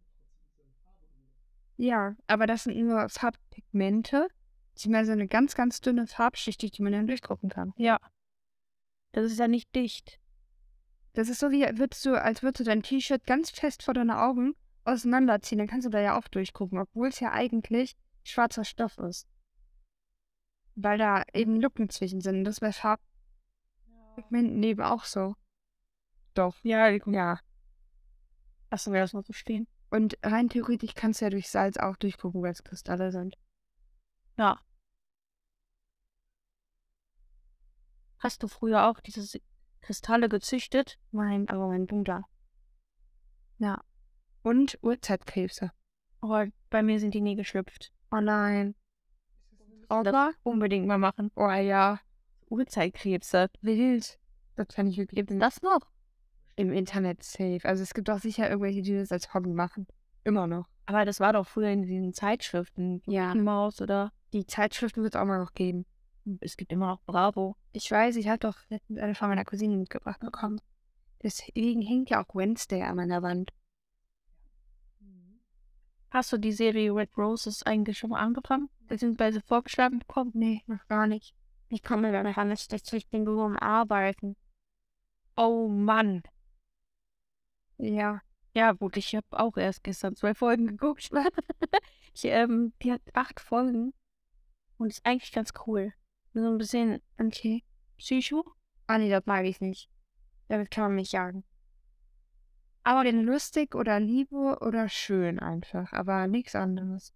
[SPEAKER 1] Ja, aber das sind nur Farbpigmente. Sie mehr so eine ganz, ganz dünne Farbschicht, durch die man dann durchgucken kann.
[SPEAKER 2] Ja. Das ist ja nicht dicht.
[SPEAKER 1] Das ist so wie, würdest du, als würdest du dein T-Shirt ganz fest vor deine Augen auseinanderziehen. Dann kannst du da ja auch durchgucken, obwohl es ja eigentlich schwarzer Stoff ist. Weil da eben Lücken zwischen sind. Das ist bei Farbpigmenten eben auch so. Doch.
[SPEAKER 2] Ja, die gucken.
[SPEAKER 1] Ja.
[SPEAKER 2] Lassen wir das mal so stehen.
[SPEAKER 1] Und rein theoretisch kannst du ja durch Salz auch durchgucken, weil es Kristalle sind.
[SPEAKER 2] Ja. Hast du früher auch diese Kristalle gezüchtet?
[SPEAKER 1] Mein, aber mein Bruder. Ja. Und Uhrzeitkrebse.
[SPEAKER 2] Oh, bei mir sind die nie geschlüpft.
[SPEAKER 1] Oh nein.
[SPEAKER 2] Aber unbedingt mal machen.
[SPEAKER 1] Oh ja.
[SPEAKER 2] Uhrzeitkrebse.
[SPEAKER 1] Wild. Das fände ich wirklich
[SPEAKER 2] Gibt's das noch?
[SPEAKER 1] im Internet safe. Also es gibt auch sicher irgendwelche, die das als Hobby machen. Immer noch.
[SPEAKER 2] Aber das war doch früher in diesen Zeitschriften.
[SPEAKER 1] Ja.
[SPEAKER 2] Maus oder?
[SPEAKER 1] Die Zeitschriften wird es auch mal noch geben.
[SPEAKER 2] Es gibt immer noch Bravo.
[SPEAKER 1] Ich weiß, ich habe doch letztens eine von meiner Cousine mitgebracht bekommen. Deswegen hängt ja auch Wednesday an meiner Wand.
[SPEAKER 2] Hast du die Serie Red Roses eigentlich schon mal angefangen? Das sind bei vorgeschlagen bekommen?
[SPEAKER 1] Nee, noch gar nicht. Ich komme dann gar nicht dazu, ich bin nur am Arbeiten.
[SPEAKER 2] Oh Mann.
[SPEAKER 1] Ja.
[SPEAKER 2] Ja, gut, ich habe auch erst gestern zwei Folgen geguckt. ich, ähm, die hat acht Folgen und ist eigentlich ganz cool. So ein bisschen
[SPEAKER 1] Okay.
[SPEAKER 2] Psycho.
[SPEAKER 1] Ah nee, das mag ich nicht. Damit kann man mich jagen. Aber denn lustig oder Liebe oder schön einfach, aber nichts anderes.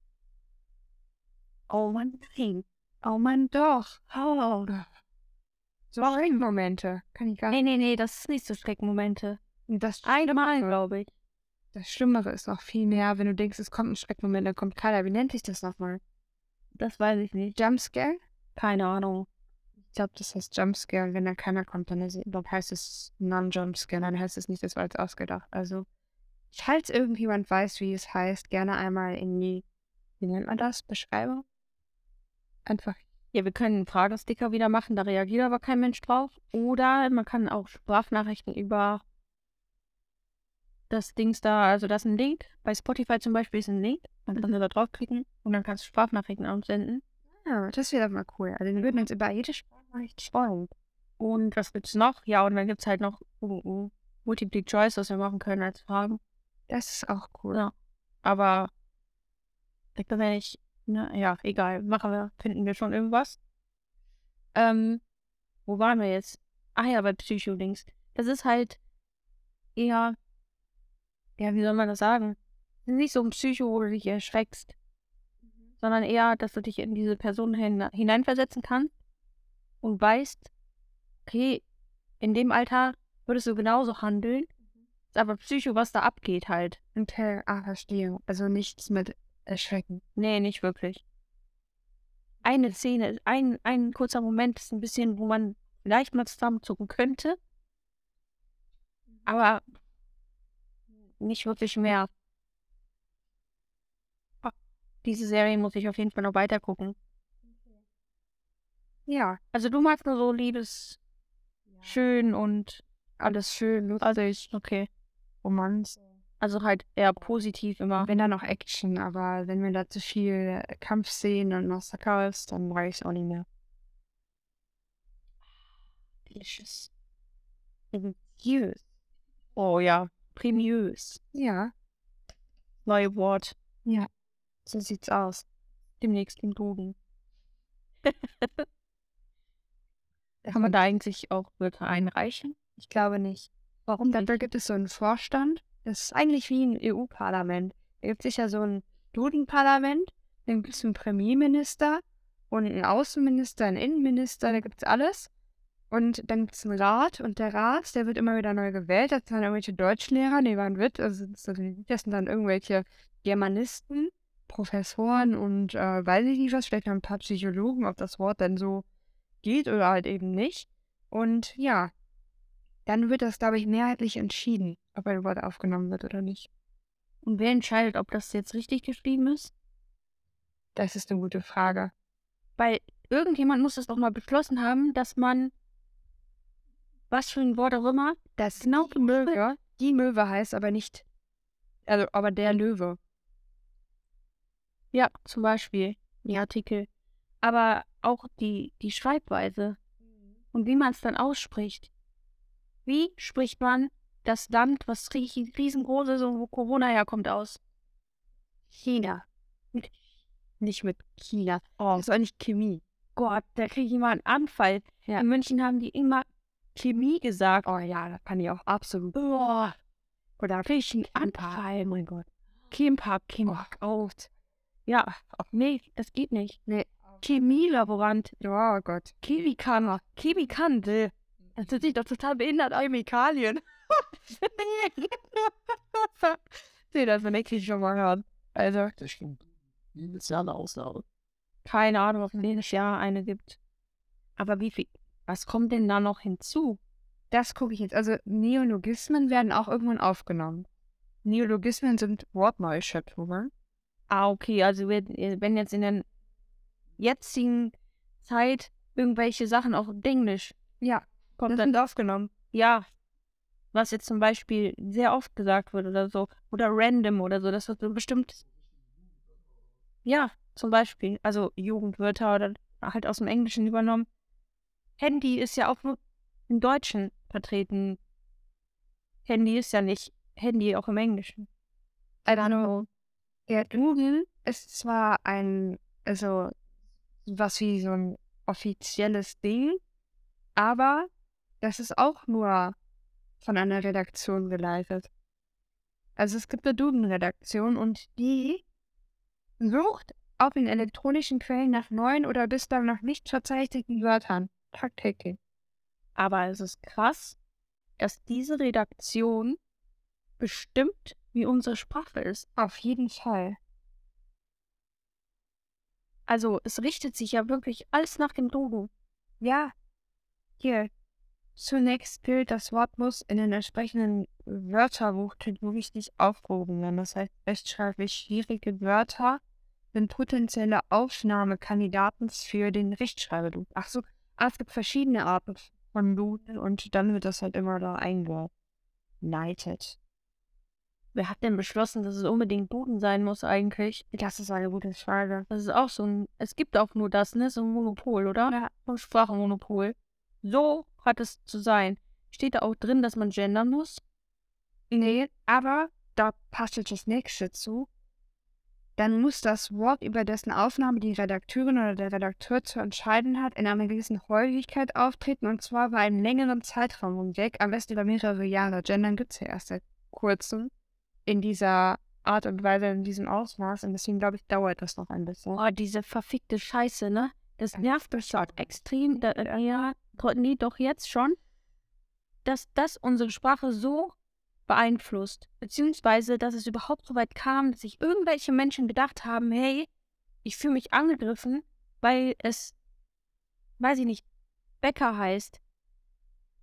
[SPEAKER 2] Oh Mann, nein.
[SPEAKER 1] Oh man, doch.
[SPEAKER 2] Oh.
[SPEAKER 1] So Momente. Kann ich gar
[SPEAKER 2] Nee, nee, nee, das ist nicht so Schreckmomente.
[SPEAKER 1] Das
[SPEAKER 2] Einmal, glaube ich.
[SPEAKER 1] Das Schlimmere ist noch viel mehr, wenn du denkst, es kommt ein Schreckmoment, dann kommt keiner. Wie nennt sich das nochmal?
[SPEAKER 2] Das weiß ich nicht.
[SPEAKER 1] Jumpscare?
[SPEAKER 2] Keine Ahnung.
[SPEAKER 1] Ich glaube, das heißt Jumpscare. Wenn da keiner kommt, dann, ist, dann heißt es Non-Jumpscare. Dann heißt es nicht, das war jetzt ausgedacht. Also, falls irgendjemand weiß, wie es heißt, gerne einmal in die, wie nennt man das? Beschreibung? Einfach.
[SPEAKER 2] Ja, wir können einen Fragesticker wieder machen, da reagiert aber kein Mensch drauf. Oder man kann auch Sprachnachrichten über das Dings da, also das ist ein Link. Bei Spotify zum Beispiel ist ein Link. Man kann da draufklicken und dann kannst du Sprachnachrichten aussenden.
[SPEAKER 1] Ja, das wäre doch mal cool. Also, wir würden uns über jede Sprachnachricht freuen.
[SPEAKER 2] Und was gibt's noch? Ja, und dann gibt's halt noch uh, uh, Multiple Choice, was wir machen können als Fragen.
[SPEAKER 1] Das ist auch cool.
[SPEAKER 2] Ja. Aber ich bin ja nicht, ne, ja, egal. Machen wir, finden wir schon irgendwas. Ähm, wo waren wir jetzt? Ah ja, bei Psycho-Dings. Das ist halt eher, ja, wie soll man das sagen? Das ist nicht so ein Psycho, wo du dich erschreckst, sondern eher, dass du dich in diese Person hin, hineinversetzen kannst und weißt, okay, in dem Alter würdest du genauso handeln. Ist aber Psycho, was da abgeht halt.
[SPEAKER 1] Okay, ah, verstehe. Also nichts mit Erschrecken.
[SPEAKER 2] Nee, Ne, nicht wirklich. Eine Szene, ein, ein kurzer Moment ist ein bisschen, wo man vielleicht mal zusammenzucken könnte. Aber nicht wirklich mehr. Ah, Diese Serie muss ich auf jeden Fall noch weiter gucken.
[SPEAKER 1] Ja,
[SPEAKER 2] Also du magst nur so Liebes schön und
[SPEAKER 1] alles schön, lustig,
[SPEAKER 2] also ich, okay.
[SPEAKER 1] Romanz.
[SPEAKER 2] Also halt eher positiv immer.
[SPEAKER 1] Wenn da noch Action, aber wenn wir da zu viel Kampf sehen und Massaker ist, dann brauche ich es auch nicht mehr.
[SPEAKER 2] Delicious. Yes. Oh ja, primös.
[SPEAKER 1] Ja,
[SPEAKER 2] Neue Wort.
[SPEAKER 1] so sieht's aus.
[SPEAKER 2] demnächst in Duden. Kann man da eigentlich auch Wörter einreichen?
[SPEAKER 1] Mhm. Ich glaube nicht. Warum? Dann gibt es so einen Vorstand. Das ist eigentlich wie ein EU-Parlament. Da gibt es ja so ein Dudenparlament, dann gibt es einen Premierminister und einen Außenminister, einen Innenminister, da gibt es alles. Und dann gibt es einen Rat und der Rat, der wird immer wieder neu gewählt. Das sind dann irgendwelche Deutschlehrer, nee, waren wird, also das sind das sind dann irgendwelche Germanisten, Professoren und äh, weiß ich nicht was, vielleicht noch ein paar Psychologen, ob das Wort dann so geht oder halt eben nicht. Und ja, dann wird das, glaube ich, mehrheitlich entschieden, ob ein Wort aufgenommen wird oder nicht.
[SPEAKER 2] Und wer entscheidet, ob das jetzt richtig geschrieben ist?
[SPEAKER 1] Das ist eine gute Frage.
[SPEAKER 2] Weil irgendjemand muss das doch mal beschlossen haben, dass man was für ein Wort auch immer.
[SPEAKER 1] Das genau die Möwe. Die Möwe heißt aber nicht, also aber der Löwe.
[SPEAKER 2] Ja, zum Beispiel die Artikel. Aber auch die, die Schreibweise und wie man es dann ausspricht. Wie spricht man das Land, was rie- riesengroß ist und wo Corona herkommt, aus?
[SPEAKER 1] China. nicht mit China.
[SPEAKER 2] Oh
[SPEAKER 1] Das ist auch nicht Chemie.
[SPEAKER 2] Gott, da kriege ich immer einen Anfall.
[SPEAKER 1] Ja.
[SPEAKER 2] In München haben die immer Chemie gesagt.
[SPEAKER 1] Oh ja, das kann ich auch absolut.
[SPEAKER 2] Boah,
[SPEAKER 1] Oder Oh
[SPEAKER 2] kriege ich einen Anfall, mein Gott. Chempark, Chempark. Oh. Ja, nee, das geht nicht.
[SPEAKER 1] Nee.
[SPEAKER 2] Chemielaborant,
[SPEAKER 1] Oh Gott.
[SPEAKER 2] Chemikanner, Chemikante. Das sind sich doch total behindert, Chemikalien.
[SPEAKER 1] nee, das will ich schon mal hören. Also,
[SPEAKER 3] Das stimmt. Jedes Jahr eine Ausnahme.
[SPEAKER 2] Keine Ahnung, ob es jedes Jahr eine gibt. Aber wie viel? Was kommt denn da noch hinzu?
[SPEAKER 1] das gucke ich jetzt. Also, Neologismen werden auch irgendwann aufgenommen. Neologismen sind Wortneuschöpfungen.
[SPEAKER 2] Ah, okay, also wir- wenn jetzt in der jetzigen Zeit irgendwelche Sachen auch auf Englisch
[SPEAKER 1] Ja,
[SPEAKER 2] kommt,
[SPEAKER 1] das
[SPEAKER 2] dann
[SPEAKER 1] sind aufgenommen.
[SPEAKER 2] ja, was jetzt zum Beispiel sehr oft gesagt wird oder so, oder random oder so, das wird so bestimmt, ja, zum Beispiel, also Jugendwörter oder halt aus dem Englischen übernommen. Handy ist ja auch nur im Deutschen vertreten. Handy ist ja nicht Handy auch im Englischen.
[SPEAKER 1] I don't know. Ja, Duden ist zwar ein, also was wie so ein offizielles Ding, aber das ist auch nur von einer Redaktion geleitet. Also es gibt eine Duden-Redaktion und die sucht auch in elektronischen Quellen nach neuen oder bislang noch nicht verzeichneten Wörtern. Tagtäglich.
[SPEAKER 2] Aber es ist krass, dass diese Redaktion bestimmt, wie unsere Sprache ist.
[SPEAKER 1] Auf jeden Fall.
[SPEAKER 2] Also es richtet sich ja wirklich alles nach dem Duden.
[SPEAKER 1] Ja. Hier. Zunächst gilt, das Wort muss in den entsprechenden Wörterbuchtiteln richtig aufgehoben werden. Das heißt, rechtschreiblich schwierige Wörter sind potenzielle Aufnahmekandidaten für den Rechtschreibduden. Ach so, ah, es gibt verschiedene Arten von Duden und dann wird das halt immer da eingeleitet.
[SPEAKER 2] Wer hat denn beschlossen, dass es unbedingt Duden sein muss eigentlich?
[SPEAKER 1] Das ist eine gute Frage.
[SPEAKER 2] Das ist auch so ein, es gibt auch nur das, ne? So ein Monopol, oder?
[SPEAKER 1] Ja.
[SPEAKER 2] So ein Sprachmonopol. So hat es zu sein. Steht da auch drin, dass man gendern muss?
[SPEAKER 1] Nee, aber da passt jetzt das nächste zu. Dann muss das Wort, über dessen Aufnahme die Redakteurin oder der Redakteur zu entscheiden hat, in einer gewissen Häufigkeit auftreten und zwar über einen längeren Zeitraum hinweg, am besten über mehrere Jahre. Gendern gibt es ja erst seit kurzem in dieser Art und Weise, in diesem Ausmaß und deswegen glaube ich, dauert das noch ein bisschen.
[SPEAKER 2] Oh, diese verfickte Scheiße, ne? Das nervt mich schon extrem. Da, äh, ja, tro- nee, doch jetzt schon, dass das unsere Sprache so beeinflusst. Beziehungsweise, dass es überhaupt so weit kam, dass sich irgendwelche Menschen gedacht haben, hey, ich fühle mich angegriffen, weil es, weiß ich nicht, Bäcker heißt.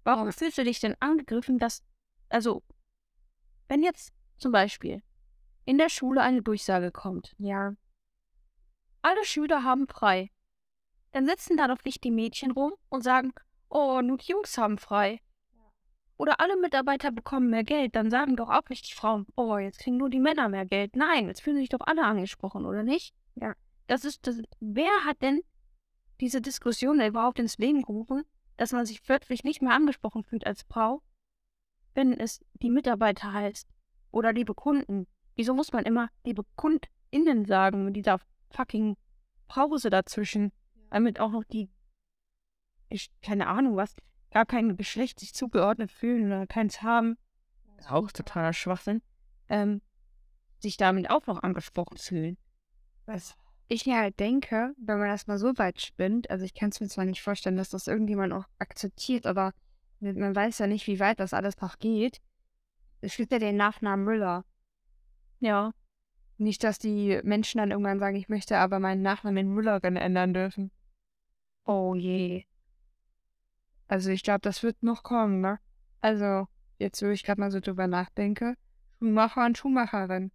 [SPEAKER 2] Warum fühlst du dich denn angegriffen, dass, also, wenn jetzt zum Beispiel in der Schule eine Durchsage kommt,
[SPEAKER 1] Ja,
[SPEAKER 2] alle Schüler haben frei. Dann sitzen da doch nicht die Mädchen rum und sagen, oh, nur die Jungs haben frei. Oder alle Mitarbeiter bekommen mehr Geld, dann sagen doch auch nicht die Frauen, oh, jetzt kriegen nur die Männer mehr Geld. Nein, jetzt fühlen sich doch alle angesprochen, oder nicht?
[SPEAKER 1] Ja.
[SPEAKER 2] Das ist das, wer hat denn diese Diskussion da überhaupt ins Leben gerufen, dass man sich plötzlich nicht mehr angesprochen fühlt als Frau, wenn es die Mitarbeiter heißt oder liebe Kunden? Wieso muss man immer liebe KundInnen sagen mit dieser fucking Pause dazwischen, damit auch noch die, ich, keine Ahnung was, gar kein Geschlecht sich zugeordnet fühlen oder keins haben, ist auch totaler Schwachsinn, ähm, sich damit auch noch angesprochen fühlen.
[SPEAKER 1] Was ich mir halt denke, wenn man das mal so weit spinnt, also ich kann es mir zwar nicht vorstellen, dass das irgendjemand auch akzeptiert, aber man weiß ja nicht, wie weit das alles noch geht. Es gibt ja den Nachnamen Müller.
[SPEAKER 2] Ja,
[SPEAKER 1] Nicht, dass die Menschen dann irgendwann sagen, ich möchte aber meinen Nachnamen in Müllerin ändern dürfen. Oh je. Also ich glaube, das wird noch kommen, ne? Also, jetzt wo ich gerade mal so drüber nachdenke, Schuhmacher und Schuhmacherin.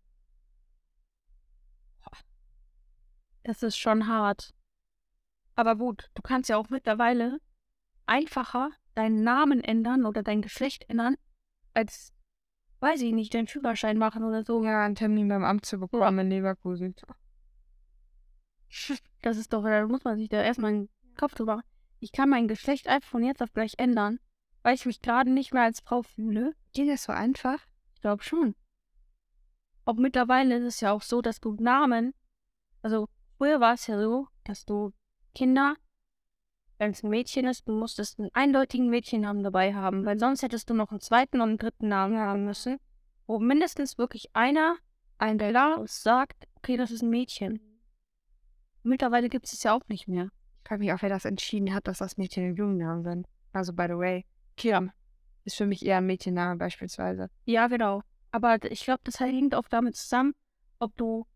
[SPEAKER 2] das ist schon hart. Aber gut, du kannst ja auch mittlerweile einfacher deinen Namen ändern oder dein Geschlecht ändern, als, weiß ich nicht, deinen Führerschein machen oder so.
[SPEAKER 1] Um ja einen Termin beim Amt zu bekommen in Leverkusen.
[SPEAKER 2] Das ist doch, da muss man sich da erstmal einen Kopf drüber machen. Ich kann mein Geschlecht einfach von jetzt auf gleich ändern, weil ich mich gerade nicht mehr als Frau fühle.
[SPEAKER 1] Geht das so einfach?
[SPEAKER 2] Ich glaube schon. Ob mittlerweile ist es ja auch so, dass du Namen, also Früher war es ja so, dass du Kinder, wenn es ein Mädchen ist, du musstest einen eindeutigen Mädchennamen dabei haben, weil sonst hättest du noch einen zweiten und einen dritten Namen haben müssen, wo mindestens wirklich einer, ein Bella, sagt, okay, das ist ein Mädchen. Mittlerweile gibt es es ja auch nicht mehr.
[SPEAKER 1] Ich frage mich auch, wer das entschieden hat, dass das Mädchen und Jungennamen sind. Also, by the way, Kiram ist für mich eher ein Mädchenname beispielsweise.
[SPEAKER 2] Ja, genau. Aber d- ich glaube, das hängt auch damit zusammen, ob du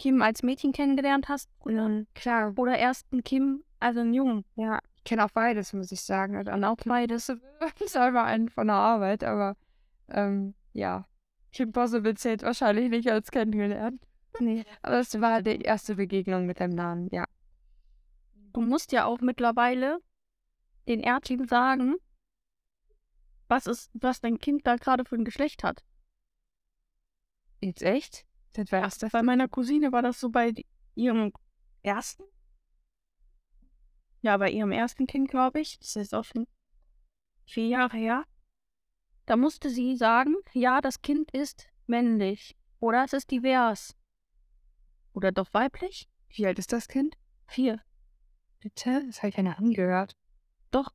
[SPEAKER 2] Kim als Mädchen kennengelernt hast oder,
[SPEAKER 1] Klar,
[SPEAKER 2] oder erst einen Kim, also einen Jungen.
[SPEAKER 1] ja, ich kenne auch beides, muss ich sagen. Und dann auch beides. ist einfach einen von der Arbeit, aber ähm, ja. Kim Possible zählt wahrscheinlich nicht als kennengelernt.
[SPEAKER 2] Nee.
[SPEAKER 1] Aber es war die erste Begegnung mit dem Namen, ja.
[SPEAKER 2] Du musst ja auch mittlerweile den Ärzten sagen, was, ist, was dein Kind da gerade für ein Geschlecht hat.
[SPEAKER 1] Jetzt echt? Das war erst das
[SPEAKER 2] Bei meiner Cousine war das so bei die- ihrem ersten. Ja, bei ihrem ersten Kind, glaube ich. Das ist auch schon vier Jahre her. Da musste sie sagen, ja, das Kind ist männlich. Oder es ist divers. Oder doch weiblich?
[SPEAKER 1] Wie alt ist das Kind?
[SPEAKER 2] Vier.
[SPEAKER 1] Bitte? Das habe ich ja noch angehört.
[SPEAKER 2] Doch.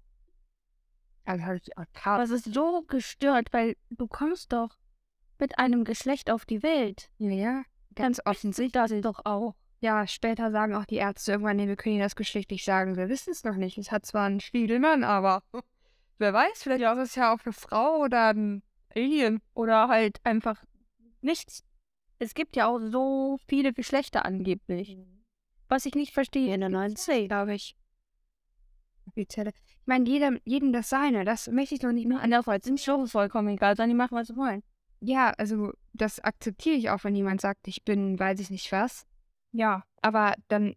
[SPEAKER 1] Also habe ich auch
[SPEAKER 2] Aber
[SPEAKER 1] kaum.
[SPEAKER 2] es ist so gestört, weil du kommst doch mit einem Geschlecht auf die Welt.
[SPEAKER 1] Ja, ganz offensichtlich.
[SPEAKER 2] Das doch auch.
[SPEAKER 1] Ja, später sagen auch die Ärzte irgendwann, nee, wir können Ihnen das Geschlecht nicht sagen. Wir wissen es noch nicht. Es hat zwar einen Spiegelmann, aber wer weiß, vielleicht ist es ja auch eine Frau oder ein Alien.
[SPEAKER 2] Oder halt einfach nichts. Es gibt ja auch so viele Geschlechter angeblich. Was ich nicht verstehe Mhm. in der 9C, glaube ich.
[SPEAKER 1] Offizielle. Ich meine, jedem, jedem das seine. Das möchte ich noch nicht mal.
[SPEAKER 2] Andererseits sind Shows vollkommen egal, sondern die machen, was sie wollen.
[SPEAKER 1] Ja, also das akzeptiere ich auch, wenn jemand sagt, ich bin, weiß ich nicht was.
[SPEAKER 2] Ja.
[SPEAKER 1] Aber dann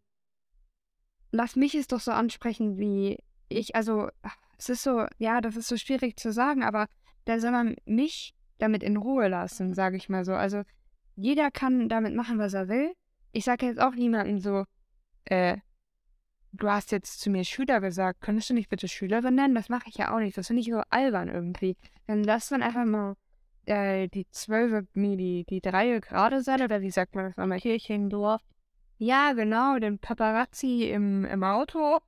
[SPEAKER 1] lass mich es doch so ansprechen, wie ich, also ach, es ist so, ja, das ist so schwierig zu sagen, aber dann soll man mich damit in Ruhe lassen, sage ich mal so. Also jeder kann damit machen, was er will. Ich sage jetzt auch niemandem so, äh, du hast jetzt zu mir Schüler gesagt, könntest du mich bitte Schülerin nennen? Das mache ich ja auch nicht. Das finde ich so albern irgendwie. Dann lass man einfach mal äh, die Zwölfe, nee, die, die Dreie gerade sein, oder wie sagt man das nochmal? Kirchendorf. Ja, genau, den Paparazzi im, im Auto.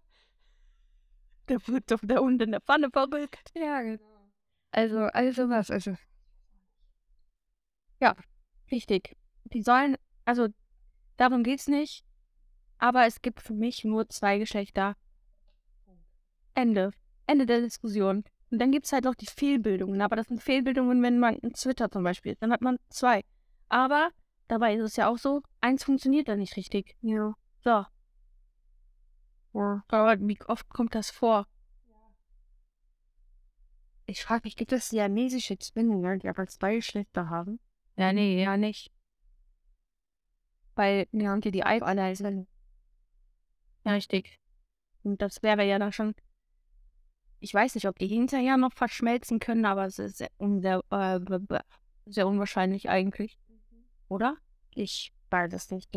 [SPEAKER 2] Der wird doch der Hund in der Pfanne verrückt.
[SPEAKER 1] Ja, genau. Also, also was, also.
[SPEAKER 2] Richtig. Die sollen, also darum geht's nicht. Aber es gibt für mich nur zwei Geschlechter. Ende. Ende der Diskussion. Und dann gibt's halt noch die Fehlbildungen. Aber das sind Fehlbildungen, wenn man in Twitter zum Beispiel, dann hat man zwei. Aber dabei ist es ja auch so, eins funktioniert dann nicht richtig.
[SPEAKER 1] Ja.
[SPEAKER 2] So. Aber wie oft kommt das vor?
[SPEAKER 1] Ich frage mich, gibt es siamesische Zwillinge, die aber zwei Geschlechter haben?
[SPEAKER 2] Ja, nee, Hm, ja nicht. Weil wir haben hier die Eibanalsen. Ja, richtig. Und das wäre ja dann schon. Ich weiß nicht, ob die hinterher noch verschmelzen können, aber es ist sehr, un sehr, äh, b- b- sehr unwahrscheinlich eigentlich. Oder? Ich weiß es nicht.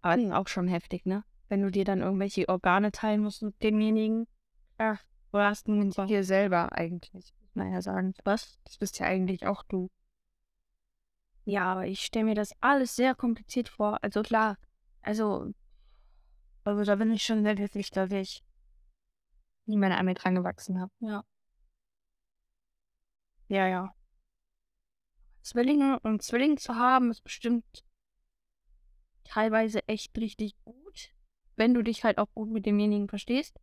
[SPEAKER 2] Aber die sind auch schon heftig, ne? Wenn du dir dann irgendwelche Organe teilen musst mit demjenigen. Ja. Oder hast du einen
[SPEAKER 1] Dir selber eigentlich.
[SPEAKER 2] Naja, sagen. Was?
[SPEAKER 1] Das bist ja eigentlich auch du.
[SPEAKER 2] Ja, aber ich stelle mir das alles sehr kompliziert vor. Also klar, also, also da bin ich schon sehr glücklich, dass ich
[SPEAKER 1] Nie meine Arme dran gewachsen habe.
[SPEAKER 2] Ja, ja. Zwillinge und Zwillinge zu haben, ist bestimmt teilweise echt richtig gut, wenn du dich halt auch gut mit demjenigen verstehst.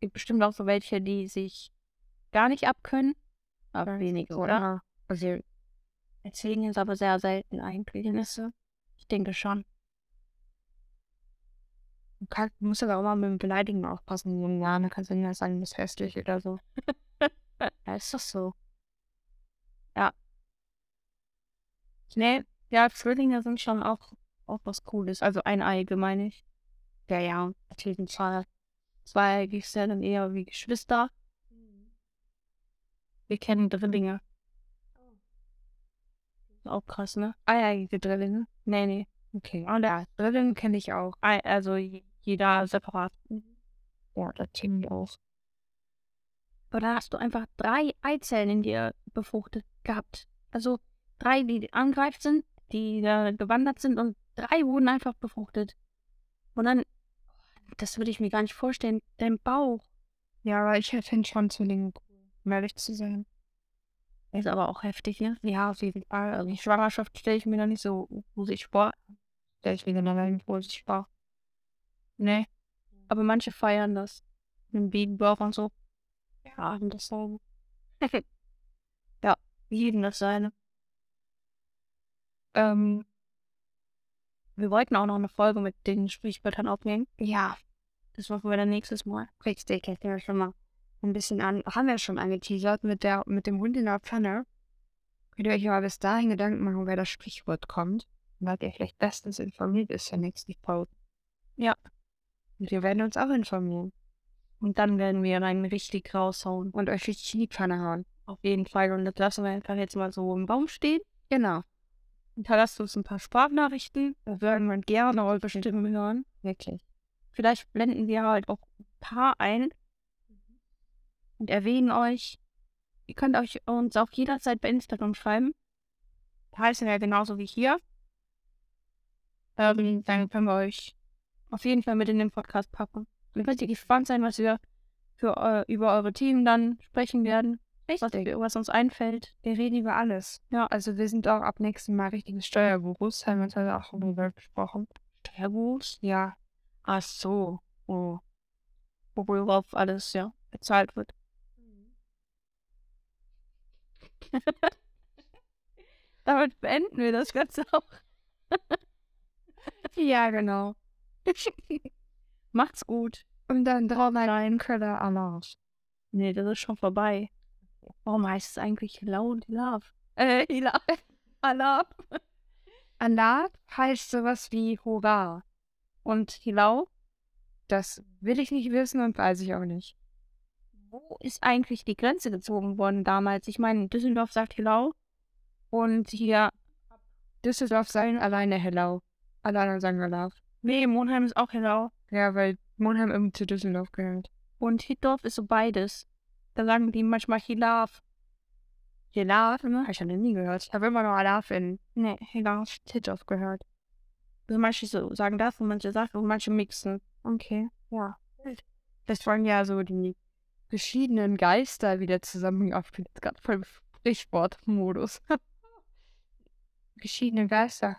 [SPEAKER 2] Gibt bestimmt auch so welche, die sich gar nicht abkönnen, aber wenige, oder?
[SPEAKER 1] Also,
[SPEAKER 2] Zwillinge ist aber sehr selten eigentlich. Ich denke schon.
[SPEAKER 1] du kannst, du musst aber auch mal mit dem Beleidigen aufpassen, so ja, dann kannst du nicht sagen, du bist hässlich oder so.
[SPEAKER 2] Ja, ist doch so. Ja. Nee, ja, Zwillinge sind schon auch, auch was Cooles. Also eineige, meine ich. Ja, ja, auf jeden Fall. Zweieige ist ja dann eher wie Geschwister.
[SPEAKER 1] Mhm.
[SPEAKER 2] Wir kennen Drillinge.
[SPEAKER 1] Oh.
[SPEAKER 2] Auch krass, ne? Eieige Drillinge? Nee, nee.
[SPEAKER 1] Okay.
[SPEAKER 2] Und ja,
[SPEAKER 1] Drilling kenne ich auch.
[SPEAKER 2] ei- also j- jeder separat.
[SPEAKER 1] Ja, das kenne ich auch.
[SPEAKER 2] Aber da hast du einfach drei Eizellen in dir befruchtet gehabt. Also drei, die angreift sind, die da gewandert sind und drei wurden einfach befruchtet. Und dann, das würde ich mir gar nicht vorstellen, dein Bauch
[SPEAKER 1] Ja, aber ich finde schon Zwillinge cool, um ehrlich zu sein.
[SPEAKER 2] ist aber auch heftig, ne? Ja, auf jeden Fall. Also die Schwangerschaft stelle ich mir noch nicht so rosig vor.
[SPEAKER 1] Der ist wieder mal positiv war. Nee.
[SPEAKER 2] Aber manche feiern das. Ne? Mit dem Babybauch und so. Ja, jedem das seine. ja, jedem das seine.
[SPEAKER 1] Ähm,
[SPEAKER 2] Wir wollten auch noch eine Folge mit den Sprichwörtern aufnehmen.
[SPEAKER 1] ja,
[SPEAKER 2] Das machen wir dann nächstes Mal.
[SPEAKER 1] richtig. Jetzt nehmen wir schon mal ein bisschen an. Haben wir schon angeteasert mit, der, mit dem Hund in der Pfanne. Könnt ihr euch aber bis dahin Gedanken machen, wer das Sprichwort kommt. Weil ihr vielleicht bestens informiert ist der nächste Folge.
[SPEAKER 2] Ja.
[SPEAKER 1] Und wir werden uns auch informieren.
[SPEAKER 2] Und dann werden wir einen richtig raushauen.
[SPEAKER 1] Und euch richtig in die Pfanne hauen.
[SPEAKER 2] Auf jeden Fall. Und das lassen wir einfach jetzt mal so im Baum stehen.
[SPEAKER 1] Genau.
[SPEAKER 2] Hinterlasst uns ein paar Sprachnachrichten. Da würden wir gerne eure Stimmen hören.
[SPEAKER 1] Wirklich.
[SPEAKER 2] Vielleicht blenden wir halt auch ein paar ein und erwähnen euch. Ihr könnt euch uns auch jederzeit bei Instagram schreiben. Da heißen wir ja genauso wie hier. Ähm, dann können wir euch auf jeden Fall mit in den Podcast packen. Dann könnt ihr gespannt sein, was wir für, eu- über eure Themen dann sprechen werden. Was,
[SPEAKER 1] Richtig.
[SPEAKER 2] was uns einfällt.
[SPEAKER 1] Wir reden über alles. Ja, also wir sind auch ab nächstem Mal richtige Steuergurus, haben wir uns heute auch darüber gesprochen.
[SPEAKER 2] Terrors.
[SPEAKER 1] Ja,
[SPEAKER 2] Ach so. Oh. Worauf alles, ja, bezahlt wird. Damit beenden wir das Ganze auch.
[SPEAKER 1] ja, genau.
[SPEAKER 2] Macht's gut.
[SPEAKER 1] Und dann dreimal einen Köller am Arsch.
[SPEAKER 2] Nee, das ist schon vorbei. Warum heißt es eigentlich Loud Love? Äh, Love. Love.
[SPEAKER 1] Alat heißt sowas wie Hurra.
[SPEAKER 2] Und Hilau,
[SPEAKER 1] Das will ich nicht wissen und weiß ich auch nicht.
[SPEAKER 2] wo ist eigentlich die Grenze gezogen worden damals? Ich meine, Düsseldorf sagt Hilau. Und hier,
[SPEAKER 1] Düsseldorf sagen alleine Hello. Alle anderen sagen Alat.
[SPEAKER 2] nee, Monheim ist auch Hilau.
[SPEAKER 1] Ja, weil Monheim immer zu Düsseldorf gehört.
[SPEAKER 2] Und Hitdorf ist so beides. Da sagen die manchmal Hilaf. Hilaf, ne?
[SPEAKER 1] Hab ich ja noch nie gehört. Ich habe immer noch Alat in
[SPEAKER 2] Nee, Hilaf.
[SPEAKER 1] Titoff gehört.
[SPEAKER 2] Also manche so sagen das und manche sagen und manche mixen.
[SPEAKER 1] Okay.
[SPEAKER 2] Ja.
[SPEAKER 1] Das waren ja so die geschiedenen Geister wieder zusammen. Ich bin jetzt gerade voll im Sprichwortmodus. Geschiedene Geister.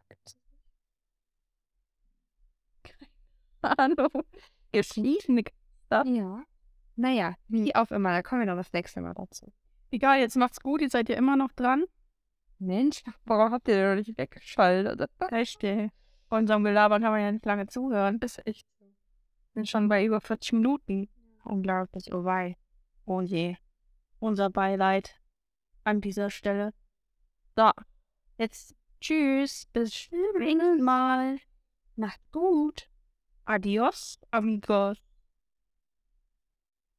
[SPEAKER 2] Hallo. Geschiedene
[SPEAKER 1] Ja. Naja, wie auch immer, da kommen wir noch das nächste Mal dazu.
[SPEAKER 2] Hm. Egal, jetzt macht's gut, ihr seid ja immer noch dran.
[SPEAKER 1] Mensch, warum habt ihr denn noch nicht weggeschaltet?
[SPEAKER 2] Echt, ey. Unserem Gelaber kann man ja nicht lange zuhören. Das ist echt. Sind schon bei über 40 Minuten. Unglaublich, oh wei. Oh je. Unser Beileid an dieser Stelle. So, jetzt tschüss. Bis zum nächsten Mal. Macht gut. Adios, amigos.